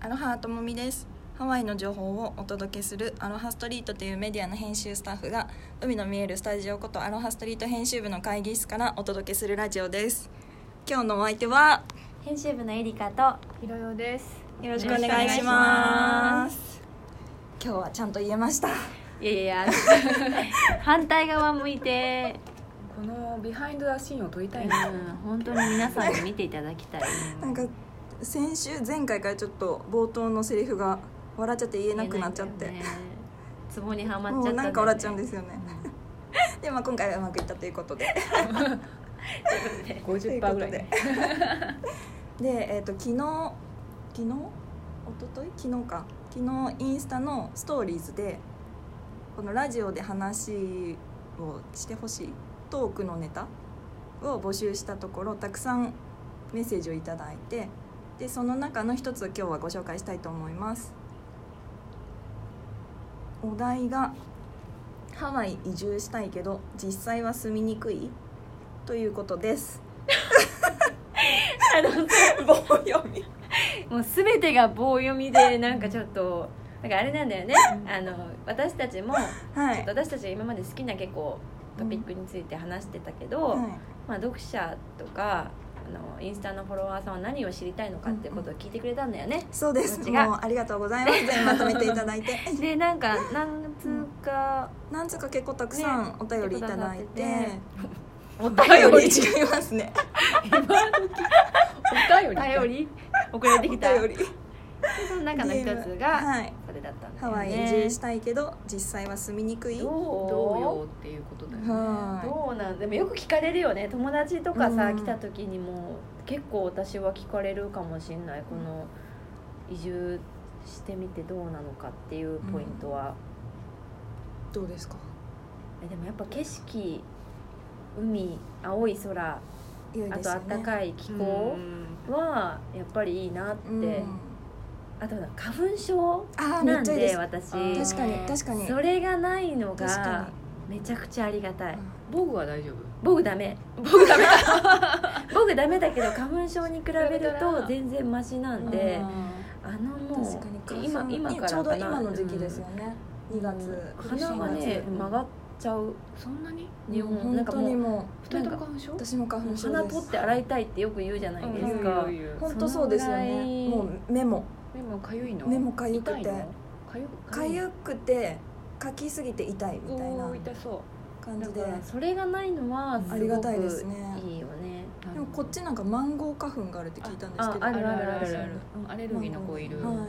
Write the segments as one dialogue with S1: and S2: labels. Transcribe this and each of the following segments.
S1: アロハともみですハワイの情報をお届けするアロハストリートというメディアの編集スタッフが海の見えるスタジオことアロハストリート編集部の会議室からお届けするラジオです今日のお相手は
S2: 編集部のエリカと
S3: ひろよです。
S1: よろしくお願いします今日はちゃんと言えました
S2: いやいや 反対側向いて、
S3: このビハインドダシーンを撮りた
S2: う
S3: い
S2: ん
S3: な。、
S2: 本当に皆さんに見ていただきたい
S1: なんか先週前回からちょっと冒頭のセリフが笑っちゃって言えなくなっちゃって、
S2: 言えないんだよねツボにはまっちゃっ
S1: も
S2: た
S1: うなんか笑っち ゃうんですすよね、 でまあ今回はうまくいったということで
S3: 五
S1: とい
S3: 十
S1: うこ
S3: パー
S1: と
S3: ぐ
S1: で
S3: らい、ね。
S1: で、えー、と昨日昨日一昨日昨日か昨日インスタのストーリーズでこのラジオで話をしてほしいトークのネタを募集したところたくさんメッセージをいただいてでその中の一つを今日はご紹介したいと思いますお題が「ハワイ移住したいけど実際は住みにくい?」ということです。棒読み
S2: もう全てが棒読みでなんかちょっとなんかあれなんだよねあの私たちも
S1: は
S2: ちょっ
S1: い
S2: と私たちが今まで好きな結構トピックについて話してたけど、
S1: はい
S2: まあ、読者とかあのインスタのフォロワーさんは何を知りたいのかっていうことを聞いてくれたんだよね、
S1: そうです。
S2: 気持ちが
S1: もうありがとうございます。全部まとめていただいて、
S2: でなんか何つうか、
S1: なんつうか結構たくさんお便りいただいて、
S2: ねお
S1: お
S2: 便
S1: 便り
S2: り
S1: 違いますね。
S3: お便り。
S2: 頼。り送られてきた
S1: お便り。
S2: その中の一つが
S1: はい。
S2: それだったんだ
S1: ハ
S2: よね
S1: ワイ移住したいけど実際は住みにくい。
S2: ど
S1: は
S2: う
S3: どうよっていうことだよね。
S1: は
S2: どうなんでもよく聞かれるよね友達とかさ、
S1: うん
S2: 来た時にも結構私は聞かれるかもしんないこの移住してみてどうなのかっていうポイントは、
S1: い。どうですか。
S2: えでもやっぱ景色海青い空
S1: 良い
S2: あ
S1: です
S2: とあ
S1: よ
S2: った
S1: ね。
S2: かい気候はやっぱりいいなって、
S1: うん
S2: あとなんか花粉症
S1: ああめ
S2: な
S1: っ
S2: ん
S1: ちゃいいで。
S2: です私
S3: あー
S1: 確かに確かに。
S2: それがないの
S1: 確
S2: が
S1: か
S2: めちゃくちゃありがたい、
S1: に。
S3: 僕は大丈夫。
S2: 僕 ダメ僕ダメだ 僕ダメだけど花粉症に比べると全然マシなんで、あのも
S1: 確かに
S2: う
S1: 花
S2: 今
S1: 粉
S2: 今からかな
S1: ちょうど今の時期ですよね。
S2: うん
S1: 2月。
S2: 鼻がね
S1: うん
S2: 曲がっちゃう
S3: そんなに？
S2: 日本、な
S1: 本
S2: んか
S1: 当
S2: も
S1: に
S2: う
S1: も
S3: 二人とも花粉症
S1: う？私も花粉症
S2: 鼻
S1: です
S2: 取っ。て洗いたいってよく言うじゃないですか、
S3: いやいやいや
S1: 本当そうですよ
S2: そのぐら
S1: ね
S2: い
S1: もう目も
S3: 目もかゆいの。
S1: 目もかゆく
S3: 痛い
S1: て
S3: の。かゆ
S1: かゆくてかきすぎて痛いみたい
S3: お
S1: な
S3: ー痛そう。
S1: 感
S2: だ
S1: じ
S2: か
S1: で
S2: らそれがないのはす
S1: あ
S2: ごく
S1: りがたいですね
S2: いいよね
S1: でもこっちなんかマンゴー花粉があるって聞いたんですけど
S2: あ
S3: あ
S2: る
S3: るあるあ
S2: あ
S3: る
S2: る
S3: ある。アレルギーの子いる。
S1: はいはい
S3: うん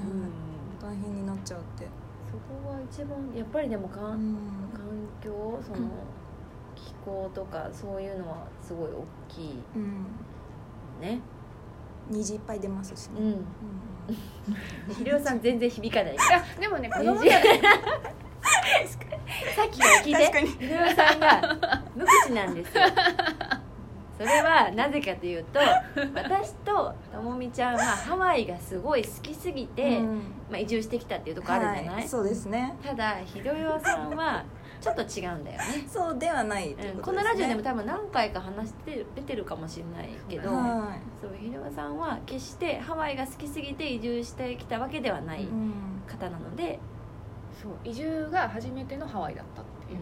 S1: 大変になっちゃうって
S2: そこが一番やっぱりでもかん、
S1: うん
S2: 環境その、
S1: うん
S2: 気候とかそういうのはすごい大きい
S1: うん
S2: ね
S1: 虹いっぱい出ますし
S2: う
S1: ね
S2: んひろさん全然響かないさ
S3: あでもね子供
S2: 虹
S3: たち
S2: っきの聞いて
S1: に
S2: ひろさんが無口なんですよそれはなぜかというと私とともみちゃんはハワイがすごい好きすぎて、
S1: うん
S2: まあ、移住してきたっていうとこあるじゃない、
S1: はいそうですね
S2: ただひろよさんはちょっと違うんだよね、
S1: そうではないっていううんこ
S2: こ
S1: で
S2: との
S1: すね
S2: ラジオでも多分何回か話してる出てるかもしれないけど、
S1: は
S2: そうひろさんは決してハワイが好きすぎて移住してきたわけではない
S1: いうん
S2: 方なので、
S3: そう移住が初めてのハワイだったっていう。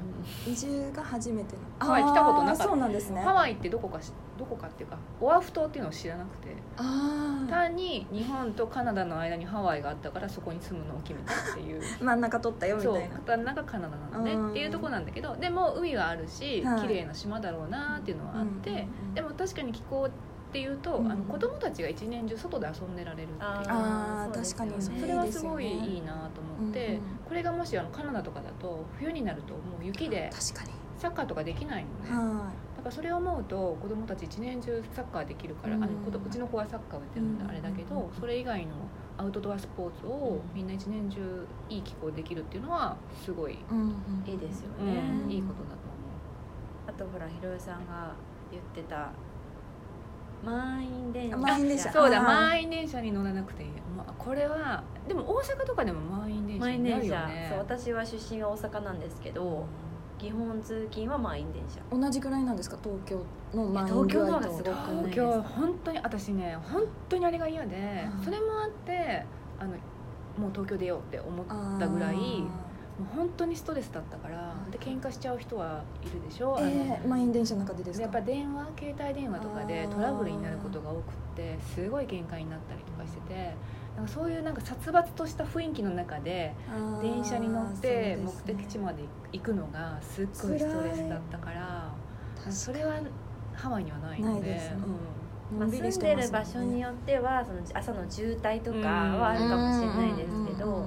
S1: 移住が初めての
S3: ハワイ来たことなかった
S1: あーそうなんですね
S3: ハワイってどこかしどこかっていうかオアフ島っていうのを知らなくて
S1: あ
S3: 単に日本とカナダの間にハワイがあったからそこに住むのを決めたって いう
S1: あ真ん中取ったよみ
S3: そう
S1: たいな
S3: 真ん中カナダなの
S1: う
S3: ね
S1: ん
S3: っていうところなんだけどでも海はあるし
S1: はい
S3: 綺麗な島だろうなっていうのはあって、
S1: うんうんうん
S3: でも確かに気候っていうと、
S1: うん
S3: あの子供たちが一年中外で遊んでられるっていう
S1: あー
S2: そうですよ
S1: 確
S2: ね
S1: かにそ
S3: それはすごいいいなと思って、
S1: うんうん
S3: これがもしあのカナダとかだと冬になるともう雪で
S1: 確かに
S3: サッカーとかできないのね、
S1: は
S3: だからそれを思うと子供たち一年中サッカーできるから、
S1: うん
S3: あの子供うちの子はサッカーをやってるんで
S1: うん
S3: あれだけど、それ以外のアウトドアスポーツをみんな一年中いい気候できるっていうのはすごい、
S1: い、うんうん
S2: いいですよ
S3: う
S2: ね、
S3: ん
S1: うん
S3: いいことだと
S2: あとほらひろよさんが言ってた満員電車
S1: 満員電車
S3: 思うそう
S1: あ
S3: だ
S1: ー
S3: 満員電車に乗らなくていい、まあ、これはでも大阪とかでも満員電車
S2: 満員
S3: にな
S2: 電
S3: るよ
S2: 車、
S3: ね
S2: そう私は出身が大阪なんですけど基本通勤は満員電車
S1: 同じくらいなんですか東京の満員
S2: 東京の方
S1: 具合
S2: がす
S1: と
S2: ごくない
S3: 東
S2: ですか
S3: 京本当に私ね本当にあれが嫌で、
S1: うん
S3: それもあってあのもう東京出ようって思ったぐらいもう本当にストレスだったからで喧嘩しちゃう人はいるでしょ、
S1: あーえー、満員電車の中で
S3: あ
S1: です
S3: の
S1: か
S3: やっぱ電話携帯電話とかで
S1: あー
S3: トラブルになることが多くってすごい喧嘩になったりとかしててなんかそういうなんか殺伐とした雰囲気の中で電車に乗って目的地
S1: も
S3: まで行くのがすっごいストレスだったからそれはハワイにはないの
S1: ない
S3: で
S1: ですね
S2: まあ、住んでる場所に
S1: よ
S2: よってはその朝の渋滞とかはあるかもしれないですけど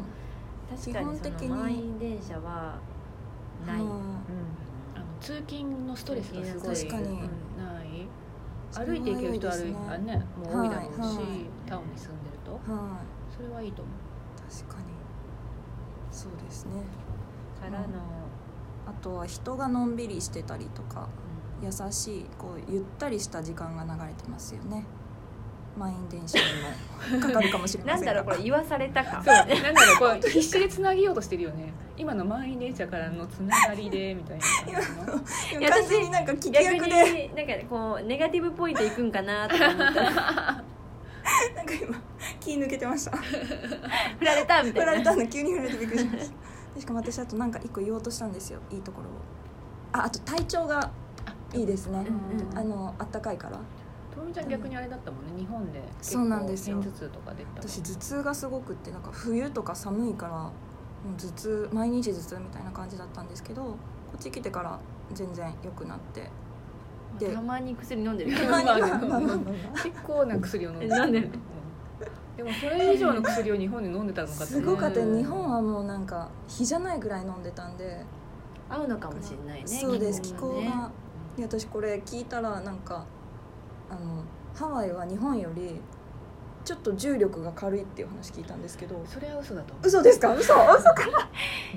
S2: 確かに
S1: 基本的
S2: そ
S1: に
S2: の満員電車はない、
S3: うん、うんあの通勤のストレスがすごい
S1: 確かに
S3: うんない歩いて行ける人は歩いあねもう多いだろ
S1: はいはい
S3: うし、タウンに住んでると
S1: は
S3: それはいいと思う
S1: い確かにそうですね
S2: からの、
S1: あとは人がのんびりしてたりとか優しいこうゆったりした時間が流れてますよね満員電車 にもかかるかもしれ
S2: な
S1: ま
S2: ん
S1: せん
S2: だ
S1: が
S2: ろうこれ言わされたか
S3: そうなんだろうこう必死でつなげようとしてるよね今の満員電車からのつながりでみたいな感じの
S1: いや完全になんか聞き役
S2: 逆
S1: で
S2: になんかこうネガティブポイントいくんかな とか思ったら
S1: なんか今気抜けてました
S2: 振られたみ
S1: 振ら
S2: たい
S1: れ
S2: な
S1: たの急に振られてびっくりしましたでしかも私あとなんか一個言おうとしたんですよいいところをああと体調がいいですね
S2: うんうん
S1: あのあったかいから
S3: ともみちゃん逆にあれだったもんね日本で結
S1: そうなんですよ
S3: 構片頭痛とか出てたもんね
S1: 私頭痛がすごくってなんか冬とか寒いからもう頭痛毎日頭痛みたいな感じだったんですけどこっち来てから全然良くなってで
S2: たまに薬飲んでる
S3: う
S2: け
S3: ん
S2: ど
S1: まあまあまあまあまあ
S3: 結構な薬を飲んで
S2: 飲んでる
S3: うんでもそれ以上の薬を日本で飲んでたのかってね
S1: すごかった
S2: うん
S1: 日本はもうなんか日じゃないぐらい飲んでたんで
S2: 合うのかもしれないね
S1: そうです気候が、
S2: ね
S1: いや私これ聞いたらなんかあのハワイは日本よりちょっと重力が軽いっていう話聞いたんですけど
S3: それは嘘だと思う
S1: 嘘ですか嘘嘘か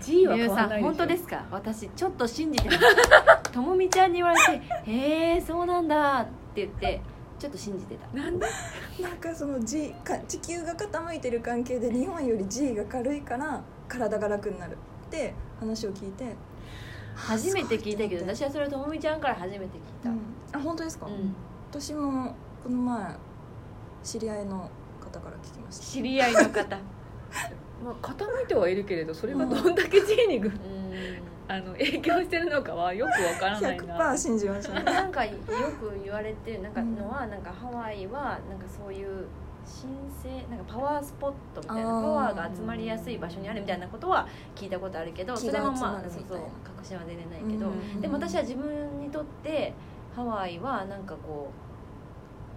S3: G は
S2: ゆ
S3: 変
S2: う
S3: わら
S2: さ
S3: な
S2: ん
S3: いでし
S2: 本
S3: ょ
S2: 当ですか私ちょっと信じて ますともみちゃんに言われて「へえそうなんだ」って言ってちょっと信じてた
S3: なんで
S1: なんかその G か地球が傾いてる関係で日本より G が軽いから体が楽になるって話を聞いて
S2: 初めて聞いたけ
S1: そ
S2: ど
S1: う
S2: 私はそれをともみちゃんから初めて聞いた、
S1: うんあ本当ですか、
S2: うん
S1: 私もこの前知り合いの方から聞きまし
S2: 知り合いの方
S3: まあ、傾いてはいるけれどそれがどんだけ G にぐ、
S2: う
S3: あの影響してるのかはよくわか
S1: た
S3: らないな
S1: 100%信じましたね
S2: んなんかよく言われてるなんかのはなんかハワイはなんかそういう神聖なんかパワースポットみたいなパ
S1: あー
S2: ワーが集まりやすい場所にあるみたいなことは聞いたことあるけどそ
S1: 気
S2: れ
S1: が集ま
S2: も
S1: るみたいな
S2: まあそうそう確信は出れないけど、
S1: うん
S2: でも私は自分にとってハワイはなんかこう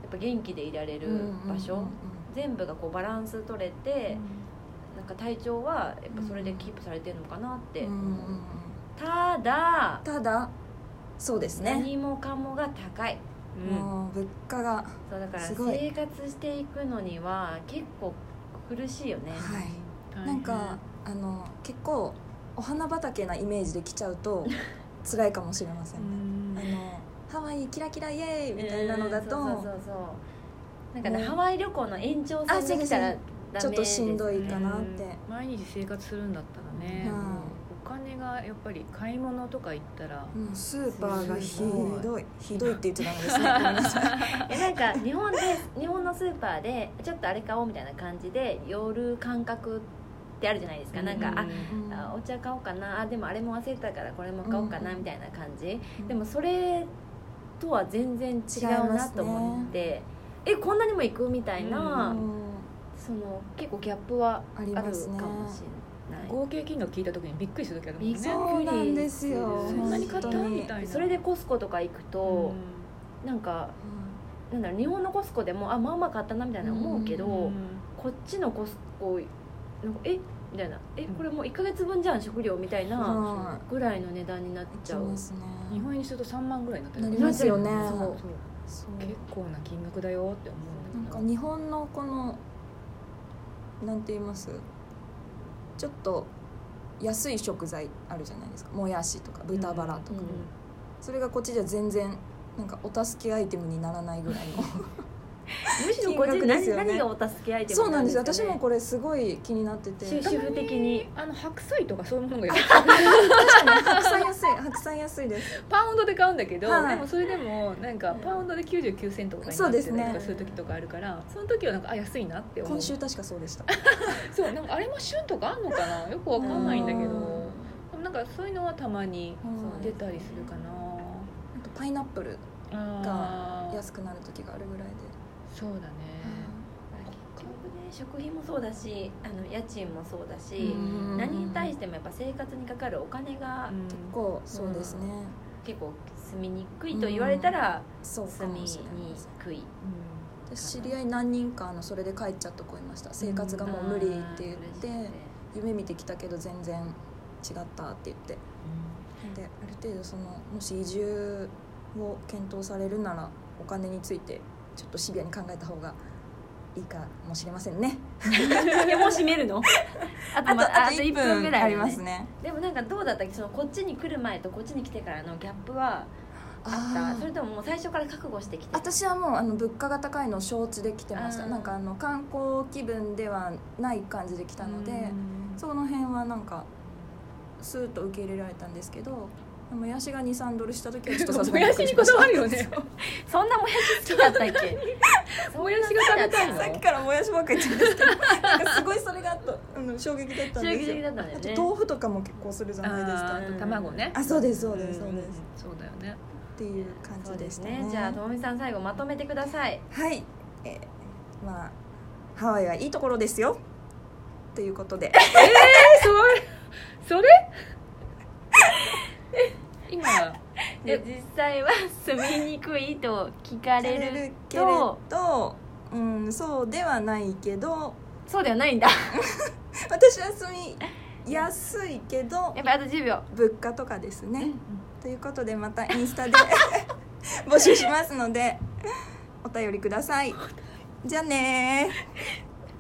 S2: やっぱ元気でいられる場所、
S1: うんうんうん
S2: 全部がこうバランス取れて、なんか体調はやっぱそれでキープされてるのかなって、
S1: うんうんうん
S2: ただ
S1: ただそうですね
S2: 何もかもが高い
S3: うん
S1: もう物価が、は
S2: そうだから
S1: すごい
S2: 生活していくのには結構苦しいよね、
S1: い、なんかあの結構お花畑なイメージで来ちゃう と辛いかもしれませ
S3: 大
S1: んね、あ
S3: 変
S1: のハワイキラキライエーイみたいなのだと、
S2: うんそうそうそうそうなんかね
S1: ね
S2: ハワイ旅行の延長線できたらダメです、ね、
S1: ちょっとしんどいかなって、
S3: うん毎日生活するんだったらね、
S1: は
S3: お金がやっぱり買い物とか行ったら、
S1: もうスーパーがひどいひどいって言っちゃダメですねごめんなさい
S2: えなんか日本で日本のスーパーでちょっとあれ買おうみたいな感じで寄る感覚ってあるじゃないですか、なんかあ
S1: うん
S2: あお茶買おうかなあでもあれも忘れてたからこれも買おうかなみたいな感じ、
S1: うん
S2: でもそれとは全然違うなと思って、えこんなにも行くみたいな、
S1: うん
S2: その結構ギャップは
S1: あり
S2: あ
S1: ま
S2: るかもし
S1: す
S2: れ
S1: ね
S2: ない、
S3: 合計金額聞いた時にびっくりする時あるもん
S2: びっくり
S3: ね
S2: する
S1: そうなんですよ
S3: そんなに買った
S1: 本当
S3: みたいな
S2: それでコスコとか行くと、なんかなんだろう日本のコスコでもあまあまあ買ったなみたいな思うけど、
S3: うん
S2: こっちのコスコなんかえみたいなえこれもう1か月分じゃん食料みたいな
S1: は
S2: ぐらいの値段になっ
S1: い
S2: ち
S1: 行
S2: ゃ
S1: き
S2: う
S1: ますね
S3: 日本円にすると3万ぐらいになった
S1: なり
S3: する
S1: ますよね
S2: そう
S3: そう
S1: そう
S3: 結構な金額だよって思う
S1: なんん
S3: だ
S1: か
S3: けど
S1: 日本のこのなんて言いますちょっと安い食材あるじゃないですかもやしとか豚バラとか、
S2: うん
S1: それがこっちじゃ全然なんかお助けアイテムにならないぐらいの
S2: むしろこっち
S1: 金額です
S2: 何,、
S1: よね
S2: 何がお助けアイテム
S1: そうなんですよ
S2: かね
S1: 私もこれすごい気になってて
S2: 収集主婦的に
S3: あの白菜とかそういうも のが
S1: 白菜安い白菜安いです
S3: パウンドで買うんだけど、
S1: はい
S3: でもそれでもなんかパウンドで99セントとかに
S1: そ
S3: な
S1: う
S3: っ
S1: で
S3: て
S1: す
S3: たり
S1: ね
S3: とかする時とかあるからそ,、の時はなんかあ安いなって思う
S1: 今週確かそうでした
S3: そうなんかあれも旬とかあんのかなよくわかんないんだけどでもなんかそういうのはたまに
S1: うん
S3: 出たりするかな
S1: あとパイナップル
S3: あー
S1: 安くなる時があるぐらいで、
S3: そうだね、
S2: 結局ね食費もそうだしあの家賃もそうだし、
S3: うん
S2: 何に対してもやっぱ生活にかかるお金が
S3: うん
S1: 結構そうですね、
S2: 結構住みにくいと言われたら、
S1: そうか
S2: 住み
S1: も
S2: に
S1: しれないです
S2: くい
S1: 私知り合い何人かあのそれで帰っちゃった子いました生活がもう無理って言って、夢見てきたけど全然違ったって言ってである程度そのもし移住を検討されるならお金についてちょっとシビアに考えた方がいいかもしれませんね
S2: えもう閉めるの あと,、
S1: あ
S2: ま
S1: と
S2: あ、
S1: あ
S2: あ
S1: と
S2: と
S1: 1
S2: 1
S1: 分
S2: 分
S1: ぐ
S2: ぐ
S1: らい
S2: らい
S1: あ
S2: あ
S1: り
S2: り
S1: ま
S2: ますすね
S1: ね
S2: でもなんかどうだったっけそのこっちに来る前とこっちに来てからのギャップはあ
S1: あ
S2: ったそ
S1: ー
S2: れとももう最初から覚悟してきて
S1: 私はもうあの物価が高いのを承知で来てました
S2: あー
S1: なんかあの観光気分ではない感じで来たので
S3: うん
S1: その辺はなんかスーッと受け入れられたんですけどもやしが23ドルした時は ちょっとさすが
S3: も
S1: にびっ
S3: や
S1: くり
S3: しに
S1: しま
S3: こ
S1: し
S3: だ
S1: た
S3: わるよね
S2: そんなもやし好きだったっ け
S3: もやしが食べたいの
S1: さっきからもやしばっかり言ってるんですけど なんかすごいそれがあとあの衝撃だったん
S2: 衝
S1: で
S2: 撃
S1: すよ
S2: 的だったんだよ
S1: あ
S2: ね
S1: と豆腐とかも結構するじゃないですか
S3: あー卵ね
S1: あそうですそうですそうです
S3: そうだよね
S1: っていう感
S2: そう
S1: じ
S2: で
S1: ですしたね
S2: ねじゃあともみさん最後まとめてください
S1: はいえーまあハワイはいいところですよということで
S3: それそれ 今
S2: で
S3: え
S2: 実際は 住みにくいと聞かれ
S1: さ
S2: る
S1: けれ
S2: と
S1: どうんそうではないけど
S2: そうではないんだ
S1: 私は住みやすいけど
S2: やっぱあと10秒
S1: 物価とかですね、ということでまたインスタで 募集しますのでお便りくださいじゃあねー